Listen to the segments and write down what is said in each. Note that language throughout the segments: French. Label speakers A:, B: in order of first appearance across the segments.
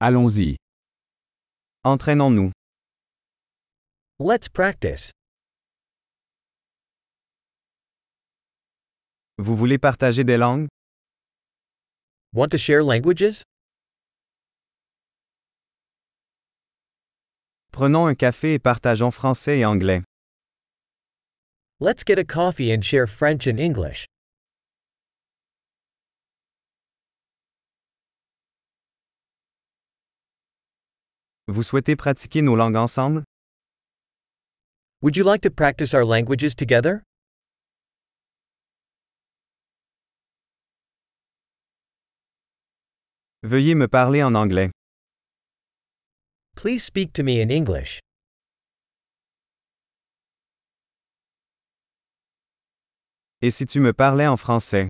A: Allons-y. Entraînons-nous.
B: Let's practice.
A: Vous voulez partager des langues?
B: Want to share languages?
A: Prenons un café et partageons français et anglais.
B: Let's get a coffee and share French and English.
A: Vous souhaitez pratiquer nos langues ensemble?
B: Would you like to practice our languages together?
A: Veuillez me parler en anglais.
B: Please speak to me in English.
A: Et si tu me parlais en français?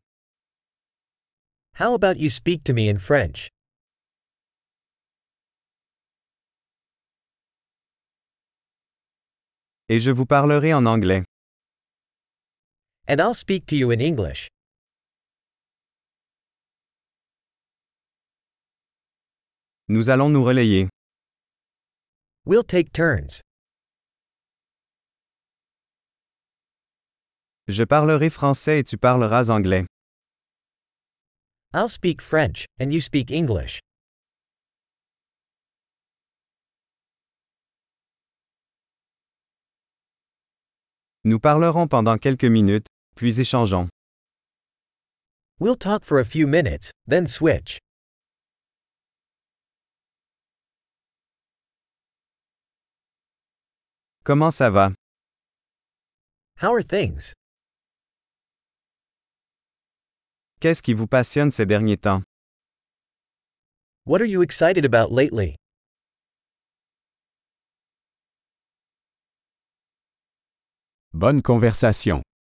B: How about you speak to me in French?
A: Et je vous parlerai en anglais.
B: And I'll speak to you in English.
A: Nous allons nous relayer.
B: We'll take turns.
A: Je parlerai français et tu parleras anglais.
B: I'll speak French, and you speak English.
A: Nous parlerons pendant quelques minutes, puis échangeons.
B: We'll talk for a few minutes, then switch.
A: Comment ça va?
B: How are things?
A: Qu'est-ce qui vous passionne ces derniers temps?
B: What are you excited about lately?
A: Bonne conversation.